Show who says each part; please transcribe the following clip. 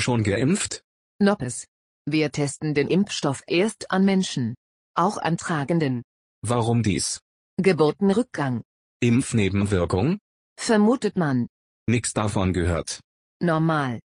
Speaker 1: Schon geimpft?
Speaker 2: Noppes. Wir testen den Impfstoff erst an Menschen. Auch an Tragenden.
Speaker 1: Warum dies?
Speaker 2: Geburtenrückgang.
Speaker 1: Impfnebenwirkung?
Speaker 2: Vermutet man.
Speaker 1: Nix davon gehört.
Speaker 2: Normal.